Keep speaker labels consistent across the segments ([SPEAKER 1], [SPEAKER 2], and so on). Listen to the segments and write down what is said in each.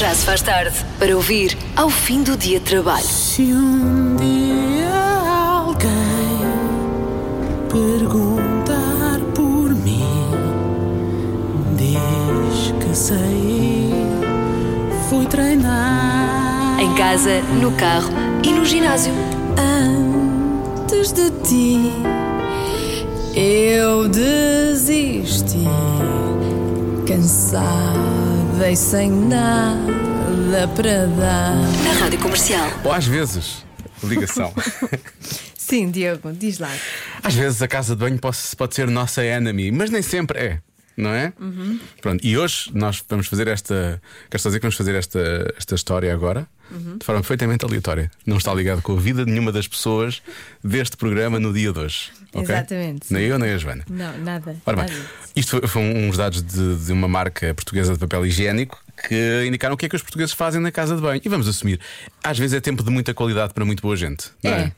[SPEAKER 1] Já se faz tarde para ouvir ao fim do dia de trabalho.
[SPEAKER 2] Se um dia alguém perguntar por mim, diz que saí, fui treinar
[SPEAKER 1] Em casa, no carro e no ginásio.
[SPEAKER 2] antes de ti. Eu desisti, cansada e sem nada para dar.
[SPEAKER 1] Na rádio comercial.
[SPEAKER 3] Ou às vezes, ligação.
[SPEAKER 4] Sim, Diogo, diz lá.
[SPEAKER 3] às vezes a casa de banho pode, pode ser nossa enemy, mas nem sempre é. Não é? Pronto, e hoje nós vamos fazer esta. Quero só dizer que vamos fazer esta, esta história agora, de forma perfeitamente aleatória. Não está ligado com a vida de nenhuma das pessoas deste programa no dia de hoje. ok?
[SPEAKER 4] Exatamente, sim.
[SPEAKER 3] Nem eu, nem a Joana.
[SPEAKER 4] Não, nada.
[SPEAKER 3] Ora bem,
[SPEAKER 4] nada.
[SPEAKER 3] isto foi- foram uns dados de, de uma marca portuguesa de papel higiênico que indicaram o que é que os portugueses fazem na casa de banho. E vamos assumir, às vezes é tempo de muita qualidade para muito boa gente. Não é?
[SPEAKER 4] É.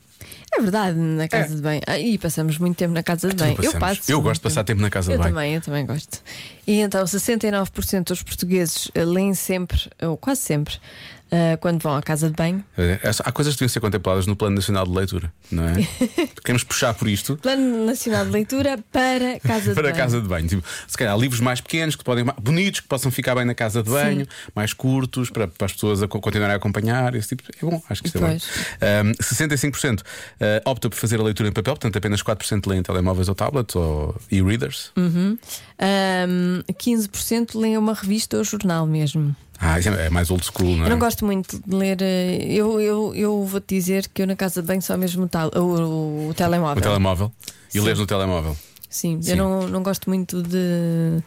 [SPEAKER 4] É verdade, na casa de bem. Ah, E passamos muito tempo na casa de
[SPEAKER 3] Ah, Tudo
[SPEAKER 4] bem. Eu
[SPEAKER 3] passamos.
[SPEAKER 4] passo.
[SPEAKER 3] Eu
[SPEAKER 4] muito
[SPEAKER 3] gosto de passar tempo na casa
[SPEAKER 4] Eu
[SPEAKER 3] de banho.
[SPEAKER 4] também, eu também gosto. E então, 69% dos portugueses eh, leem sempre, ou quase sempre, eh, quando vão à casa de banho.
[SPEAKER 3] É, essa- Há coisas que deviam ser contempladas no Plano Nacional de Leitura, não é? Queremos puxar por isto
[SPEAKER 4] Plano Nacional de Leitura para casa de
[SPEAKER 3] para a
[SPEAKER 4] banho.
[SPEAKER 3] casa de banho. Tipo, se calhar livros mais pequenos, que podem, bonitos, que possam ficar bem na casa de banho, mais curtos, para, para as pessoas a co- continuarem a acompanhar. Esse tipo, é bom, acho que isto
[SPEAKER 4] Pois.
[SPEAKER 3] é bom. Ahm, 65% eh, opta por fazer a leitura em papel, portanto apenas 4% leem em telemóveis ou tablets ou e-readers.
[SPEAKER 4] Hum. Ahm, 15% leem uma revista ou jornal mesmo.
[SPEAKER 3] Ah, isso é é mais old school, não é?
[SPEAKER 4] Eu não gosto muito de ler. eh, Eu, eu, eu vou te dizer que eu na casa de banho só mesmo tal, o, o
[SPEAKER 3] O
[SPEAKER 4] telemóvel.
[SPEAKER 3] telemóvel. E lês no telemóvel.
[SPEAKER 4] Sim,
[SPEAKER 3] Sim.
[SPEAKER 4] eu não, não gosto muito de,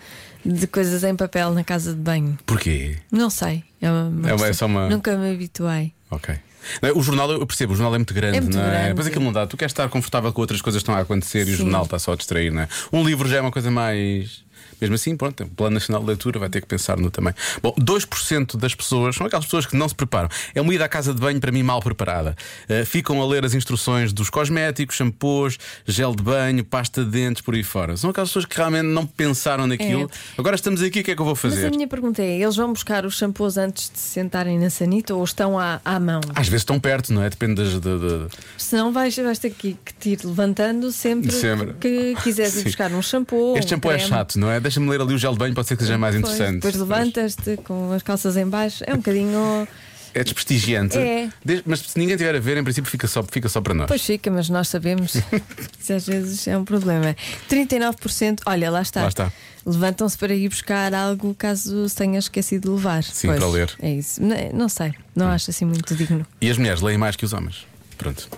[SPEAKER 4] de coisas em papel na casa de banho.
[SPEAKER 3] Porquê?
[SPEAKER 4] Não sei. É, uma
[SPEAKER 3] É uma- é
[SPEAKER 4] questão-
[SPEAKER 3] só uma-
[SPEAKER 4] Nunca me habituei.
[SPEAKER 3] Ok. Não é, O jornal, eu percebo, o jornal é muito grande,
[SPEAKER 4] É muito
[SPEAKER 3] não é?
[SPEAKER 4] grande.
[SPEAKER 3] Depois aquilo não dá. Tu queres estar confortável com outras coisas que estão a acontecer e o
[SPEAKER 4] Sim.
[SPEAKER 3] jornal está só a distrair, não é? Um livro já é uma coisa mais. Mesmo assim, pronto, o Plano Nacional de Leitura vai ter que pensar no também. Bom, 2% das pessoas são aquelas pessoas que não se preparam. É uma ida à casa de banho para mim mal preparada. Eh, ficam a ler as instruções dos cosméticos, shampoos, gel de banho, pasta de dentes, por aí fora. São aquelas pessoas que realmente não pensaram naquilo. Agora estamos aqui, o que é que eu vou
[SPEAKER 4] Mas a
[SPEAKER 3] fazer?
[SPEAKER 4] minha pergunta é: eles vão buscar os shampoos antes de se sentarem na sanita ou estão à, à mão?
[SPEAKER 3] Às vezes estão perto, não é? Depende das. da- da-
[SPEAKER 4] Senão vais, vais ter que, que te ir levantando sempre,
[SPEAKER 3] Sempre.
[SPEAKER 4] que quiseres ir
[SPEAKER 3] Sim.
[SPEAKER 4] buscar um shampoo.
[SPEAKER 3] Este
[SPEAKER 4] um
[SPEAKER 3] shampoo é
[SPEAKER 4] creme.
[SPEAKER 3] chato, não é? Deixa-me ler ali o gel de banho, pode ser que seja mais
[SPEAKER 4] Pois,
[SPEAKER 3] interessante.
[SPEAKER 4] Depois levantas-te com as calças em baixo. É um bocadinho.
[SPEAKER 3] É desprestigiante.
[SPEAKER 4] É.
[SPEAKER 3] Desde- Mas se ninguém tiver a ver, em princípio fica só, fica só para nós.
[SPEAKER 4] Pois fica, mas nós sabemos. Isso às vezes é um problema. 39%, olha, lá está.
[SPEAKER 3] Lá está.
[SPEAKER 4] Levantam-se para ir buscar algo caso se tenha esquecido de levar.
[SPEAKER 3] Sim, para ler. Hum.
[SPEAKER 4] É isso. Não, não sei, não acho assim muito digno.
[SPEAKER 3] E as mulheres leem mais que os homens. Pronto.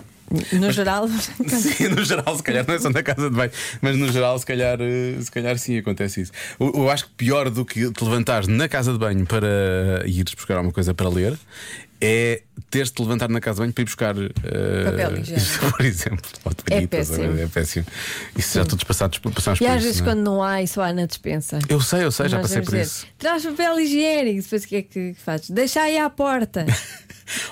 [SPEAKER 4] No geral,
[SPEAKER 3] Sim, no geral, se calhar, não é só na casa de banho, mas no geral, se calhar, eh, se calhar sim, acontece isso. Eu, eu acho que pior do que te levantares na casa de banho para ires buscar alguma coisa para ler é teres de levantar na casa de banho para ir buscar eh,
[SPEAKER 4] Papel higiênico.
[SPEAKER 3] por exemplo, ou
[SPEAKER 4] É
[SPEAKER 3] toalhitas,
[SPEAKER 4] péssimo.
[SPEAKER 3] é péssimo. Isso já todos passados, passamos por
[SPEAKER 4] e às
[SPEAKER 3] isso,
[SPEAKER 4] vezes
[SPEAKER 3] não é?
[SPEAKER 4] quando não há, isso há na despensa.
[SPEAKER 3] Eu sei, eu sei, já
[SPEAKER 4] Nós
[SPEAKER 3] passei
[SPEAKER 4] vamos
[SPEAKER 3] por
[SPEAKER 4] dizer,
[SPEAKER 3] isso.
[SPEAKER 4] Traz papel higiênico, depois o que é que fazes? Deixa aí à porta.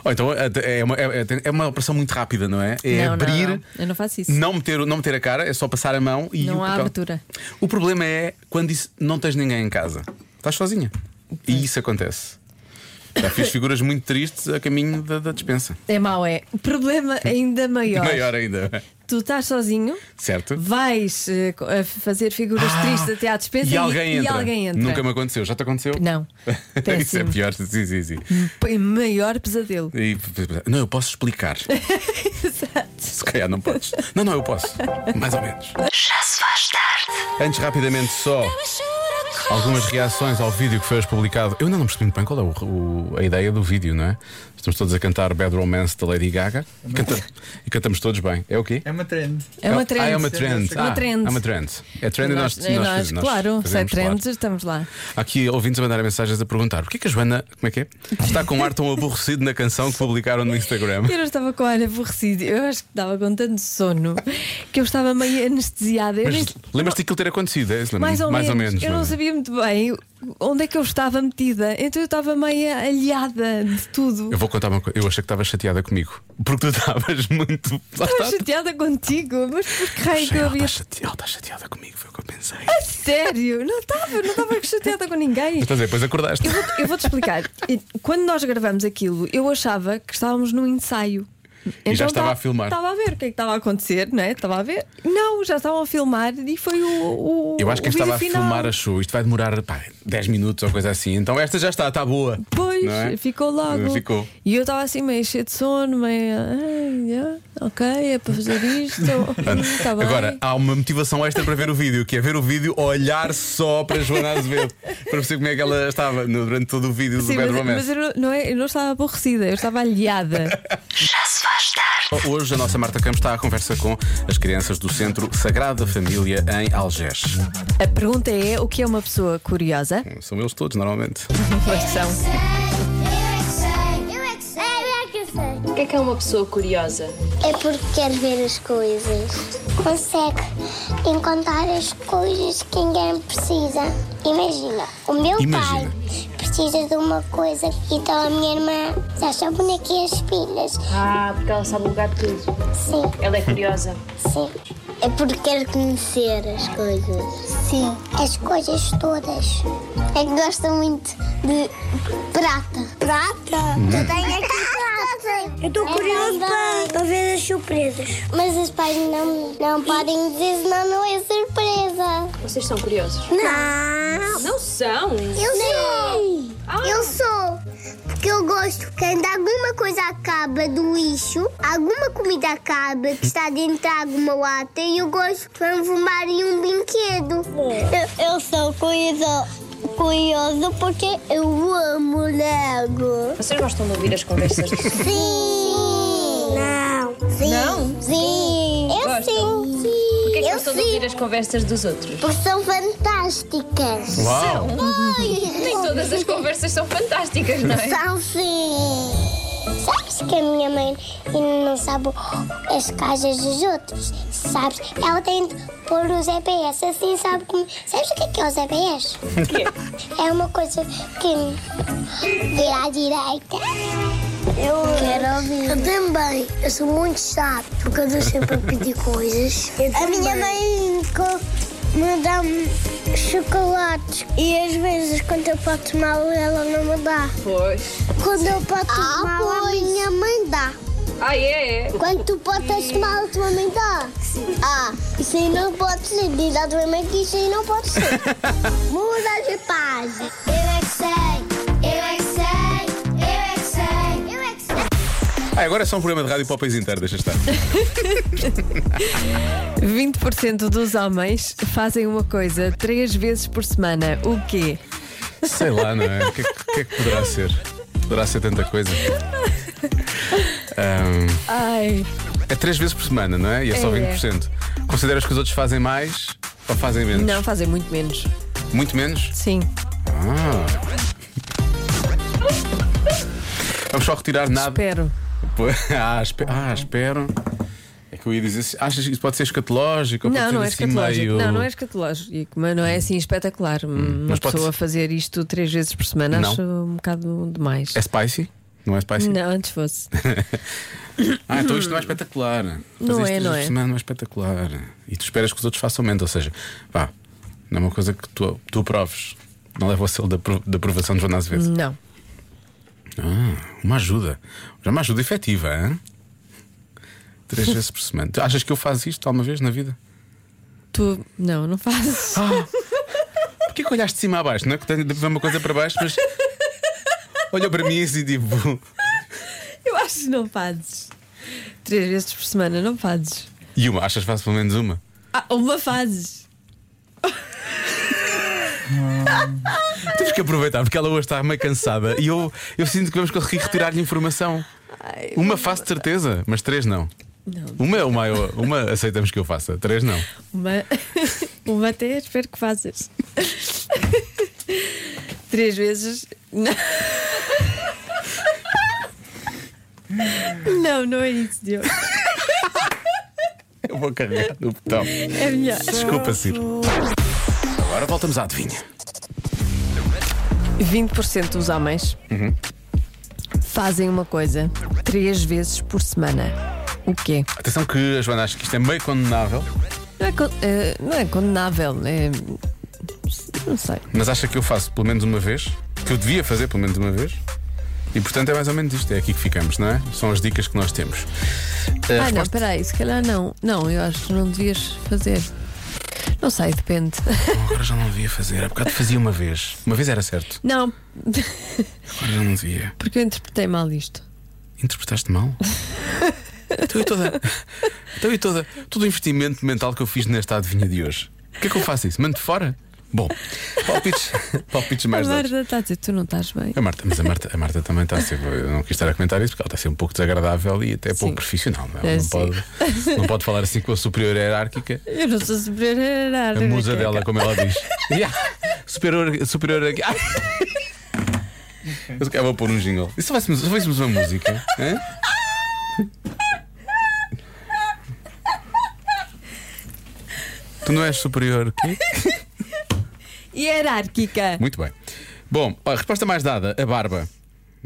[SPEAKER 3] Ou então é é uma, é, é uma operação muito rápida, não é? É
[SPEAKER 4] Não, não,
[SPEAKER 3] abrir,
[SPEAKER 4] não. Eu não faço isso.
[SPEAKER 3] não meter, o- não meter a cara, é só passar a mão e
[SPEAKER 4] Não
[SPEAKER 3] o
[SPEAKER 4] há
[SPEAKER 3] papel.
[SPEAKER 4] abertura.
[SPEAKER 3] O problema é quando isso, não tens ninguém em casa, estás sozinha. E isso acontece. Já fiz figuras muito tristes a caminho da, da dispensa.
[SPEAKER 4] É mau, é. O problema ainda maior.
[SPEAKER 3] Maior ainda.
[SPEAKER 4] Tu estás sozinho.
[SPEAKER 3] Certo?
[SPEAKER 4] Vais eh, co- a fazer figuras
[SPEAKER 3] Ah,
[SPEAKER 4] tristes até à despensa
[SPEAKER 3] e, alguém entra.
[SPEAKER 4] alguém entra.
[SPEAKER 3] Nunca me aconteceu. Já te aconteceu?
[SPEAKER 4] Não.
[SPEAKER 3] isso é
[SPEAKER 4] Péssimo.
[SPEAKER 3] pior. Sim, sim, sim.
[SPEAKER 4] P- Maior pesadelo.
[SPEAKER 3] E- não, eu posso explicar. Se calhar não podes. Não, não, eu posso. Mais ou menos.
[SPEAKER 1] Já se faz tarde.
[SPEAKER 3] Antes, rapidamente, só algumas reações ao vídeo que foi hoje publicado. Eu ainda não percebi muito bem qual é o- o- a ideia do vídeo, não é? Estamos todos a cantar Bad Romance da Lady Gaga Canta- e cantamos todos bem. É o quê?
[SPEAKER 5] É uma trend.
[SPEAKER 4] É uma trend.
[SPEAKER 3] Ah, é uma trend.
[SPEAKER 4] Uma
[SPEAKER 3] Ah,
[SPEAKER 4] trend.
[SPEAKER 3] É uma trend. É trend e nós,
[SPEAKER 4] e
[SPEAKER 3] nós-
[SPEAKER 4] nós,
[SPEAKER 3] nós
[SPEAKER 4] claro, é sem
[SPEAKER 3] fazemos, claro.
[SPEAKER 4] trends, estamos lá.
[SPEAKER 3] Há aqui ouvintes a mandarem mensagens a perguntar porquê que a Joana, como é que é? Está com um ar tão aborrecido na canção que publicaram no Instagram.
[SPEAKER 4] Eu não estava com a área aborrecida, eu acho que estava com tanto sono que eu estava meio anestesiada. Eu
[SPEAKER 3] Mas
[SPEAKER 4] nem-
[SPEAKER 3] lembras-te daquilo ter acontecido? É, isso, não é?
[SPEAKER 4] mais ou
[SPEAKER 3] mais
[SPEAKER 4] menos.
[SPEAKER 3] ou menos.
[SPEAKER 4] eu não
[SPEAKER 3] é?
[SPEAKER 4] sabia muito bem onde é que eu estava metida. Então eu estava meio alheada de tudo.
[SPEAKER 3] Eu vou contar uma coisa. Eu achei que estavas chateada comigo. Porque tu estavas muito. Lá está.
[SPEAKER 4] Estava chateada contigo, mas por que raio que
[SPEAKER 3] Achei,
[SPEAKER 4] eu
[SPEAKER 3] ela
[SPEAKER 4] havia.
[SPEAKER 3] está chate- ela está chateada comigo, foi o que eu pensei.
[SPEAKER 4] A Sério, não estava, não estava chateada com
[SPEAKER 3] Estás
[SPEAKER 4] ninguém.
[SPEAKER 3] a Então, dizer, depois acordaste.
[SPEAKER 4] Eu vou- Eu vou-te explicar. E Quando nós gravamos aquilo, eu achava que estávamos num ensaio.
[SPEAKER 3] E já estava
[SPEAKER 4] ta-
[SPEAKER 3] a filmar.
[SPEAKER 4] Estava a ver o que é que estava a acontecer, não é? Estava a ver. Não, já estavam a filmar e foi o. o
[SPEAKER 3] Eu acho que
[SPEAKER 4] o
[SPEAKER 3] quem estava a
[SPEAKER 4] vídeo final.
[SPEAKER 3] filmar achou isto vai demorar pá, 10 minutos ou coisa assim. Então esta já está, está boa.
[SPEAKER 4] Pois,
[SPEAKER 3] Não é?
[SPEAKER 4] ficou logo.
[SPEAKER 3] Ficou.
[SPEAKER 4] E eu estava assim meio cheia de sono, meio. "Ai, yeah, ok, é para fazer isto. Está Tá bem.
[SPEAKER 3] Agora, há uma motivação extra para ver o vídeo, que é ver o vídeo olhar só para Joana Azevedo, para perceber como é que ela estava no- durante todo o vídeo
[SPEAKER 4] Sim,
[SPEAKER 3] um do Bad
[SPEAKER 4] mas, mas
[SPEAKER 3] Romance.
[SPEAKER 4] eu, não- não é, eu não estava aborrecida, eu estava aliada.
[SPEAKER 1] Já se faz tarde.
[SPEAKER 3] Hoje a nossa Marta Campos está à conversa com as crianças do Centro Sagrada Família em Algés.
[SPEAKER 4] A pergunta é: o que é uma pessoa curiosa?
[SPEAKER 3] São eles todos, normalmente.
[SPEAKER 4] Pois são.
[SPEAKER 5] É
[SPEAKER 6] O que é que é uma pessoa curiosa?
[SPEAKER 5] É porque quer ver as coisas. Consegue encontrar as coisas que ninguém precisa. Imagina, o meu
[SPEAKER 3] Imagina.
[SPEAKER 5] pai precisa de uma coisa, então a minha irmã já sabe onde é que é as pilhas.
[SPEAKER 6] Ah, porque ela sabe o lugar de tudo.
[SPEAKER 5] Sim,
[SPEAKER 6] Ela é curiosa.
[SPEAKER 5] sim. É porque quer conhecer as coisas. Sim, as coisas todas. É que gosta muito de prata. Hum. Prata? Eu tenho aqui prata. É
[SPEAKER 7] Eu estou curioso para, para ver as surpresas.
[SPEAKER 5] Mas os pais não, não podem dizer, senão não é surpresa.
[SPEAKER 6] Vocês são curiosos?
[SPEAKER 5] Não,
[SPEAKER 6] Não são! Ah.
[SPEAKER 5] eu sou. Eu sou. Porque eu gosto quando alguma coisa acaba do lixo, alguma comida acaba que está dentro de alguma lata e eu gosto de transformar em um brinquedo. Eu, sou curioso, curioso porque eu amo Lego.
[SPEAKER 6] Vocês gostam de ouvir as conversas dos
[SPEAKER 5] Sim. Não. Sim. Não? Sim. Eu sim.
[SPEAKER 6] O que é que
[SPEAKER 5] eu
[SPEAKER 6] gostam de
[SPEAKER 5] sim.
[SPEAKER 6] ouvir as conversas dos outros?
[SPEAKER 5] Porque são fantásticas.
[SPEAKER 3] Uau!
[SPEAKER 6] Nem
[SPEAKER 5] Oi.
[SPEAKER 6] todas as conversas são fantásticas, não é?
[SPEAKER 5] São sim. Sabes que a minha mãe não sabe as casas dos outros? Sabes? Ela tem de pôr o GPS assim, sabe como. Sabes o que é que é o GPS? É uma coisa que vira à direita. Eu quero ouvir. Eu também. Eu sou muito chato porque eu dou sempre a pedir coisas. a minha mãe me dá-me chocolates e às vezes quando eu pato mal ela não me dá.
[SPEAKER 6] Pois.
[SPEAKER 5] Quando eu pato mal a minha mãe dá.
[SPEAKER 6] Ah, é?
[SPEAKER 5] Quando tu potas mal, a tua mãe dá. Ah, isso aí não pode ser. Diz à tua mãe que isso aí não pode ser. Muda de página. Eu é que sei, eu é que sei, eu é que sei, eu é que sei.
[SPEAKER 3] Ah, agora é só um programa de rádio para o país inteiro, deixa estar.
[SPEAKER 4] 20% dos homens fazem uma coisa três vezes por semana. O quê?
[SPEAKER 3] Sei lá, não é? O que, é que- o que é que poderá ser? Poderá ser tanta coisa. Ahm,
[SPEAKER 4] Ai,
[SPEAKER 3] é três vezes por semana, não é? E é só
[SPEAKER 4] É.
[SPEAKER 3] 20%. Consideras que os outros fazem mais ou fazem menos?
[SPEAKER 4] não, fazem muito menos.
[SPEAKER 3] Muito menos?
[SPEAKER 4] Sim.
[SPEAKER 3] Ah. Vamos só retirar nada.
[SPEAKER 4] Espero.
[SPEAKER 3] Ah, espe- ah, espero. É que eu ia dizer. Achas que isso pode ser escatológico? ou
[SPEAKER 4] Não,
[SPEAKER 3] pode
[SPEAKER 4] não
[SPEAKER 3] ser
[SPEAKER 4] é
[SPEAKER 3] assim
[SPEAKER 4] escatológico.
[SPEAKER 3] meio- Hum,
[SPEAKER 4] Não, não é escatológico, mas não é assim espetacular. uma
[SPEAKER 3] mas pode
[SPEAKER 4] pessoa
[SPEAKER 3] ser-
[SPEAKER 4] fazer isto três vezes por semana
[SPEAKER 3] Não.
[SPEAKER 4] acho um bocado demais.
[SPEAKER 3] É spicy? Não é spicy?
[SPEAKER 4] Não, antes fosse.
[SPEAKER 3] Ah, então isto não é espetacular.
[SPEAKER 4] Uhum. Não
[SPEAKER 3] isto
[SPEAKER 4] é,
[SPEAKER 3] três vezes
[SPEAKER 4] não é.
[SPEAKER 3] por semana não é espetacular. E tu esperas que os outros façam menos, ou seja, pá, não é uma coisa que tu, tu aproves. Não leva o selo da, apro- da aprovação de Joana Azevedo.
[SPEAKER 4] Não.
[SPEAKER 3] Ah, uma ajuda. Já é uma ajuda efetiva, hein? Três vezes por semana. Tu achas que eu faço isto alguma vez na vida?
[SPEAKER 4] Tu, não, não fazes.
[SPEAKER 3] Ah. Porquê que olhaste de cima a baixo? Não é que tenho de ver uma coisa para baixo, mas. Olhou para mim assim, tipo.
[SPEAKER 4] Eu acho que não fazes. Três vezes por semana, não fazes.
[SPEAKER 3] E uma, achas que faço pelo menos uma?
[SPEAKER 4] Ah, uma fazes.
[SPEAKER 3] Temos que aproveitar, porque ela hoje está meio cansada e eu, eu sinto que vamos conseguir retirar-lhe informação. Uma faço de certeza, mas três não. Uma é o maior, uma aceitamos que eu faça, três não.
[SPEAKER 4] Uma, uma até espero que fazes. Três vezes. Não. Não, não é isso, Diogo.
[SPEAKER 3] Eu vou carregar no botão.
[SPEAKER 4] É melhor.
[SPEAKER 3] Desculpa, Ciro. Agora voltamos à adivinha.
[SPEAKER 4] 20% dos homens fazem uma coisa três vezes por semana. O quê?
[SPEAKER 3] Atenção que a Joana acha que isto é meio condenável,
[SPEAKER 4] Não é, con- eh, não é condenável. é- não sei.
[SPEAKER 3] mas acha que eu faço pelo menos uma vez, que eu devia fazer pelo menos uma vez. E portanto é mais ou menos isto, é aqui que ficamos, não é? São as dicas que nós temos. A
[SPEAKER 4] Ah, não,
[SPEAKER 3] resposta-
[SPEAKER 4] peraí, se calhar não. Não, eu acho que não devias fazer. Não sei, depende.
[SPEAKER 3] Agora já não devia fazer, há bocado fazia uma vez. Uma vez era certo,
[SPEAKER 4] Não,
[SPEAKER 3] agora já não devia.
[SPEAKER 4] porque eu interpretei mal isto.
[SPEAKER 3] Interpretaste mal? Então e toda. Então e toda. Todo o investimento mental que eu fiz nesta adivinha de hoje. O que é que eu faço isso? Mando fora? Bom, palpites, palpites
[SPEAKER 4] A
[SPEAKER 3] mais dados.
[SPEAKER 4] Marta está a dizer, tu não estás bem.
[SPEAKER 3] A Marta, mas a Marta, a Marta também está a ser. Eu não quis estar a comentar isso porque ela está a ser um pouco desagradável e até pouco profissional. Não, é?
[SPEAKER 4] É,
[SPEAKER 3] não,
[SPEAKER 4] sim.
[SPEAKER 3] pode, não pode falar assim com a superior hierárquica.
[SPEAKER 4] Eu não sou superior
[SPEAKER 3] A musa dela, como ela diz. Yeah. Superior, superior aqui. Ah. Eu se calhar vou pôr um jingle. E se fôssemos se fôssemos uma música? hã? Tu não és superior quê?
[SPEAKER 4] Hierárquica.
[SPEAKER 3] Muito bem. Bom, a resposta mais dada, a barba.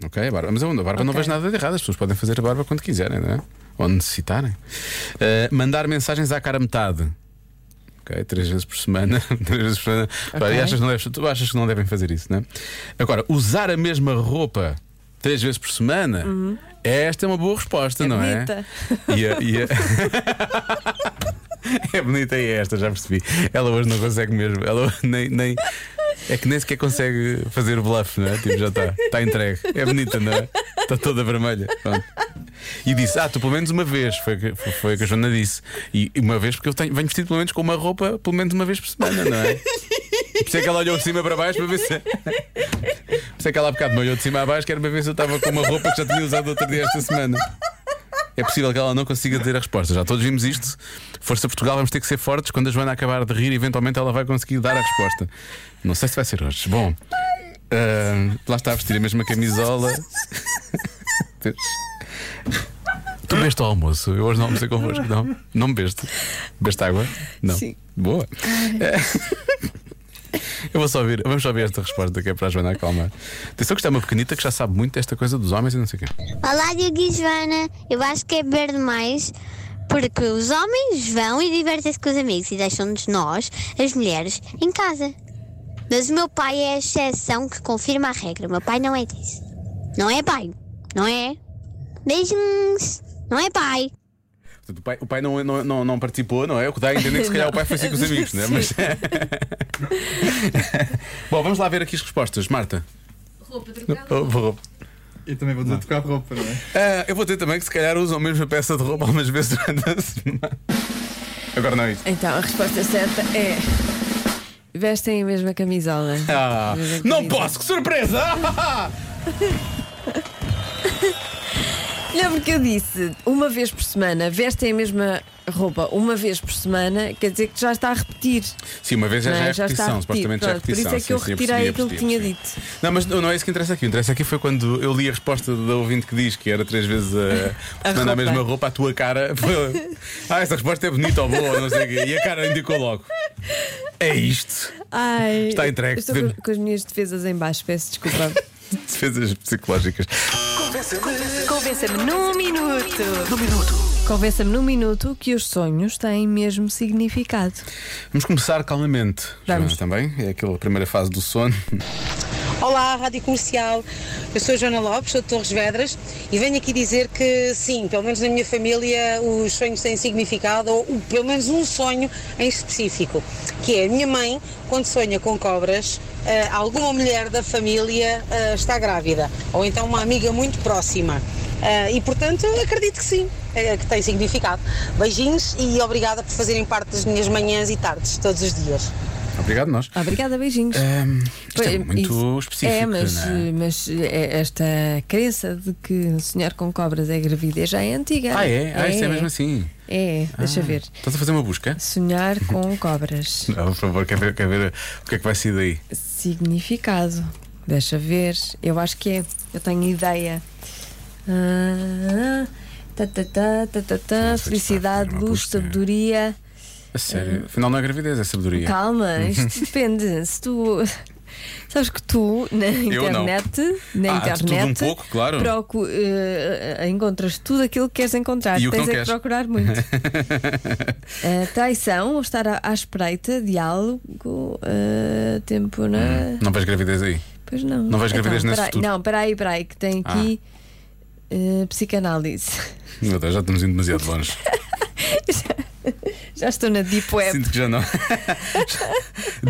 [SPEAKER 3] Ok, a barba. Mas a barba não vejo nada de errado. As pessoas podem fazer a barba quando quiserem, não é? Ou necessitarem. Eh, mandar mensagens à cara metade. Ok, três vezes por semana. três vezes por semana. Pá, e achas que não deves- tu achas que não devem fazer isso, não é? Agora, usar a mesma roupa três vezes por semana. Esta é uma boa resposta, não
[SPEAKER 4] bonita.
[SPEAKER 3] é? E a- e a- É bonita é esta, já percebi. Ela hoje não consegue mesmo. Ela hoje nem, nem. É que nem sequer consegue fazer o bluff, não é? Tipo, já está. Está entregue. É bonita, não é? Está toda vermelha. Pronto. E disse: Ah, tu pelo menos uma vez. Foi, o que- foi, foi o que a Joana disse. E uma vez, porque eu tenho, venho vestido pelo menos com uma roupa, pelo menos uma vez por semana, não é? Por isso é que ela olhou de cima para baixo para ver se. Por isso é que ela há bocado me olhou de cima a baixo, que era para ver se eu estava com uma roupa que já tinha usado outro dia esta semana. É possível que ela não consiga dizer a resposta. Já todos vimos isto. Força Portugal, vamos ter que ser fortes. Quando a Joana acabar de rir, eventualmente ela vai conseguir dar a resposta. Não sei se vai ser hoje. Bom, ah, lá está a vestir a mesma camisola. tu bebeste ao almoço? Eu hoje não almocei convosco, não? Não bebeste? Bebeste água? Não.
[SPEAKER 4] Sim.
[SPEAKER 3] Boa. Eu vou só ouvir, vamos só ouvir esta resposta que é para a Joana acalmar. Atenção que está uma pequenita que já sabe muito desta coisa dos homens e não sei o quê.
[SPEAKER 5] Olá, Diogo e Joana. Eu acho que é beber demais porque os homens vão e divertem-se com os amigos e deixam-nos nós, as mulheres, em casa. Mas o meu pai é a exceção que confirma a regra. O meu pai não é disso. Não é pai. Não é? Beijinhos. Não é pai.
[SPEAKER 3] Portanto, o pai, o pai não, não, não, não participou, não é? O que dá a entender que se calhar o pai foi assim com os amigos, não é? Mas... Bom, vamos lá ver aqui as respostas. Marta. Oh, Roupa
[SPEAKER 8] Eu também vou dizer tocar roupa, não é?
[SPEAKER 3] Ah, eu vou ter também que se calhar usam a mesma peça de roupa algumas vezes durante a semana. Agora não é isto.
[SPEAKER 4] Então, a resposta certa é. Vestem a mesma camisola.
[SPEAKER 3] Ah,
[SPEAKER 4] Mesma
[SPEAKER 3] não
[SPEAKER 4] camisa.
[SPEAKER 3] posso, que surpresa! Ah!
[SPEAKER 4] Lembro que eu disse uma vez por semana, vestem a mesma roupa uma vez por semana, quer dizer que já está a repetir.
[SPEAKER 3] Sim, uma vez já,
[SPEAKER 4] não
[SPEAKER 3] já
[SPEAKER 4] é?
[SPEAKER 3] é
[SPEAKER 4] Já está a
[SPEAKER 3] repetição,
[SPEAKER 4] repetir.
[SPEAKER 3] supostamente já é
[SPEAKER 4] Pronto, por
[SPEAKER 3] repetição.
[SPEAKER 4] isso é que
[SPEAKER 3] Sim,
[SPEAKER 4] eu
[SPEAKER 3] sim,
[SPEAKER 4] retirei
[SPEAKER 3] percebi,
[SPEAKER 4] aquilo que
[SPEAKER 3] percebi,
[SPEAKER 4] tinha
[SPEAKER 3] percebi.
[SPEAKER 4] dito.
[SPEAKER 3] Não, mas não é isso que interessa aqui. O interessa aqui foi quando eu li a resposta da ouvinte que diz que era três vezes eh, por
[SPEAKER 4] A
[SPEAKER 3] semana a
[SPEAKER 4] roupa.
[SPEAKER 3] mesma roupa, a tua cara. foi- ah, essa resposta é bonita ou boa, não sei o quê. E a cara indicou logo. É isto.
[SPEAKER 4] Ai,
[SPEAKER 3] Está entregue.
[SPEAKER 4] eu Estou com, com as minhas defesas em baixo, peço desculpa.
[SPEAKER 3] Defesas psicológicas.
[SPEAKER 1] Convença-me num minuto.
[SPEAKER 4] Convença-me num minuto que os sonhos têm mesmo significado.
[SPEAKER 3] Vamos começar calmamente.
[SPEAKER 4] Vamos.
[SPEAKER 3] Joana, também. É aquela primeira fase do sono.
[SPEAKER 9] Olá, Rádio Comercial. Eu sou a Joana Lopes, sou de Torres Vedras e venho aqui dizer que sim, pelo menos na minha família os sonhos têm significado, ou o- pelo menos um sonho em específico, que é a minha mãe, quando sonha com cobras, ah, alguma mulher da família ah, está grávida, ou então uma amiga muito próxima. Ah, e portanto acredito que sim, eh, que tem significado. Beijinhos e obrigada por fazerem parte das minhas manhãs e tardes todos os dias.
[SPEAKER 3] Obrigado, nós.
[SPEAKER 4] Obrigada, beijinhos.
[SPEAKER 3] Ahm, isto é
[SPEAKER 4] Ah, Pois,
[SPEAKER 3] muito
[SPEAKER 4] isso.
[SPEAKER 3] específico.
[SPEAKER 4] É, mas,
[SPEAKER 3] não é?
[SPEAKER 4] mas é, esta crença de que sonhar com cobras é gravidez já é antiga.
[SPEAKER 3] Ah, é? Ah, isto é mesmo assim.
[SPEAKER 4] É, deixa ver.
[SPEAKER 3] Estás a fazer uma busca?
[SPEAKER 4] Sonhar com cobras.
[SPEAKER 3] Não, por favor, quer ver, quer ver o que é que vai sair daí?
[SPEAKER 4] Significado. Deixa ver. Eu acho que é. Eu tenho ideia. Ah, tá, tá, tá, tá, tá, tá.
[SPEAKER 3] Não sei se
[SPEAKER 4] Felicidade,
[SPEAKER 3] está a fazer uma
[SPEAKER 4] luz,
[SPEAKER 3] busca.
[SPEAKER 4] sabedoria. Tá,
[SPEAKER 3] A sério. Afinal, não é gravidez, é sabedoria.
[SPEAKER 4] Calma, isto depende. Se tu Sabes que tu, na
[SPEAKER 3] Eu não.
[SPEAKER 4] internet,
[SPEAKER 3] Ah,
[SPEAKER 4] na
[SPEAKER 3] de tudo
[SPEAKER 4] internet
[SPEAKER 3] um pouco, claro.
[SPEAKER 4] procu- eh, encontras tudo aquilo que queres encontrar.
[SPEAKER 3] E o que
[SPEAKER 4] Tens
[SPEAKER 3] não
[SPEAKER 4] é
[SPEAKER 3] queres.
[SPEAKER 4] que procurar muito. Eh, traição, ou estar à, à espreita, diálogo, eh, tempo na.
[SPEAKER 3] Não vais gravidez aí.
[SPEAKER 4] Pois não.
[SPEAKER 3] Hum. Não vais gravidez nesse
[SPEAKER 4] peraí,
[SPEAKER 3] futuro. Ah.
[SPEAKER 4] Não, peraí, peraí, que tem aqui eh, psicanálise.
[SPEAKER 3] Meu Deus, já estamos indo demasiado longe.
[SPEAKER 4] Já estou na Deep Web.
[SPEAKER 3] Sinto que já não.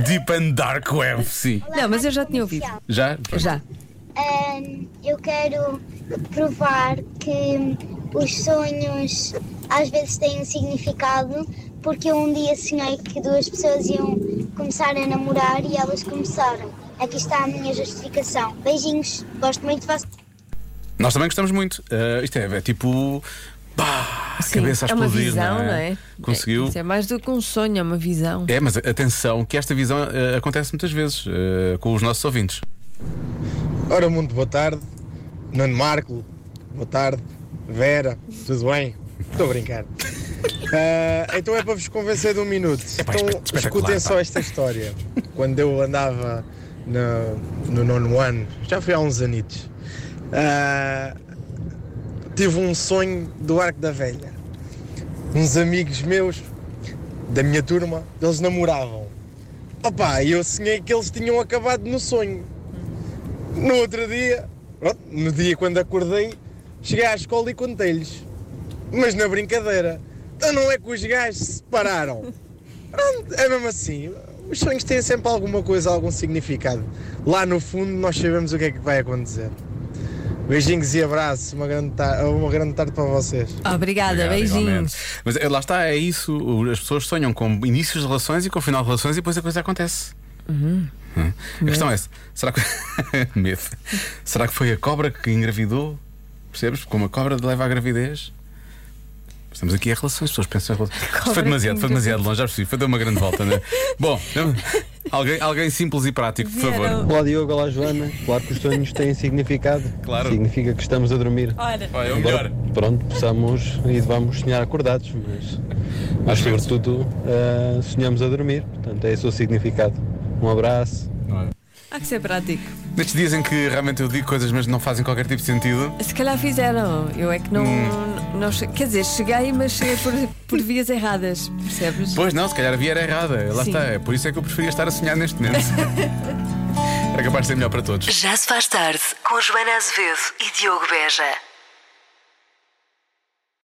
[SPEAKER 3] Deep and Dark Web, sim.
[SPEAKER 4] Não, mas eu já tinha ouvido.
[SPEAKER 3] Já?
[SPEAKER 4] Já.
[SPEAKER 5] Ahn, eu quero provar que os sonhos às vezes têm um significado, porque eu um dia sonhei que duas pessoas iam começar a namorar e elas começaram. Aqui está a minha justificação. Beijinhos, gosto muito de vocês.
[SPEAKER 3] Nós também gostamos muito. Ah, isto é, é tipo. Pá,
[SPEAKER 4] Sim,
[SPEAKER 3] cabeça a
[SPEAKER 4] é uma
[SPEAKER 3] explodir,
[SPEAKER 4] visão,
[SPEAKER 3] não, é? Conseguiu.
[SPEAKER 4] Isso é mais do que um sonho, é uma visão.
[SPEAKER 3] É, mas atenção, que esta visão eh, acontece muitas vezes eh, com os nossos ouvintes.
[SPEAKER 10] Ora, muito boa tarde. Nuno Marco, boa tarde. Vera, tudo bem? Estou a brincar. Ah, então é para vos convencer de um minuto.
[SPEAKER 3] Epá,
[SPEAKER 10] então
[SPEAKER 3] espe- espetacular,
[SPEAKER 10] escutem
[SPEAKER 3] pá.
[SPEAKER 10] só esta história. Quando eu andava no, no nono ano, já foi há uns anitos, ah, tive um sonho do Arco da Velha. Uns amigos meus, da minha turma, eles namoravam. Opa, eu sonhei que eles tinham acabado no sonho. No outro dia, pronto, no dia quando acordei, cheguei à escola e contei-lhes. Mas na brincadeira. Então não é que os gajos se separaram. Pronto, é mesmo assim. Os sonhos têm sempre alguma coisa, algum significado. Lá no fundo nós sabemos o que é que vai acontecer. Beijinhos e abraços. Uma grande, ta- uma grande tarde para vocês.
[SPEAKER 4] Obrigada,
[SPEAKER 3] Obrigado, igualmente.
[SPEAKER 4] beijinhos.
[SPEAKER 3] Mas eh, lá está, é isso. O- As pessoas sonham com inícios de relações e com final de relações e depois a coisa acontece. Hum. A questão é: será que... Medo. será que foi a cobra que engravidou? Percebes? Como a cobra leva à gravidez? Estamos aqui a relações, as pessoas pensam em relações. Isto foi demasiado, foi demasiado longe, já percebi. Foi dar uma grande volta, não é? Bom, não- alguém, alguém simples e prático, por favor.
[SPEAKER 10] Olá Diogo, olá Joana. Claro que os sonhos têm significado.
[SPEAKER 3] Claro.
[SPEAKER 10] Significa que estamos a dormir.
[SPEAKER 3] Olha, é o melhor.
[SPEAKER 10] Pronto, possamos e devamos sonhar acordados, mas, mas sobretudo ah, sonhamos a dormir. Portanto, é esse o significado. Um abraço.
[SPEAKER 4] Há que ser prático.
[SPEAKER 3] Nestes dias em que realmente eu digo coisas, mas não fazem qualquer tipo de sentido.
[SPEAKER 4] Se calhar fizeram. Eu é que não. não che- quer dizer, cheguei, mas cheguei por, por vias erradas, percebes?
[SPEAKER 3] Pois não, se calhar a via era errada. Lá
[SPEAKER 4] Sim.
[SPEAKER 3] está. É por isso é que eu preferia estar a sonhar neste momento. Era capaz de ser melhor para todos.
[SPEAKER 1] Já se faz tarde com Joana Azevedo e Diogo Beja.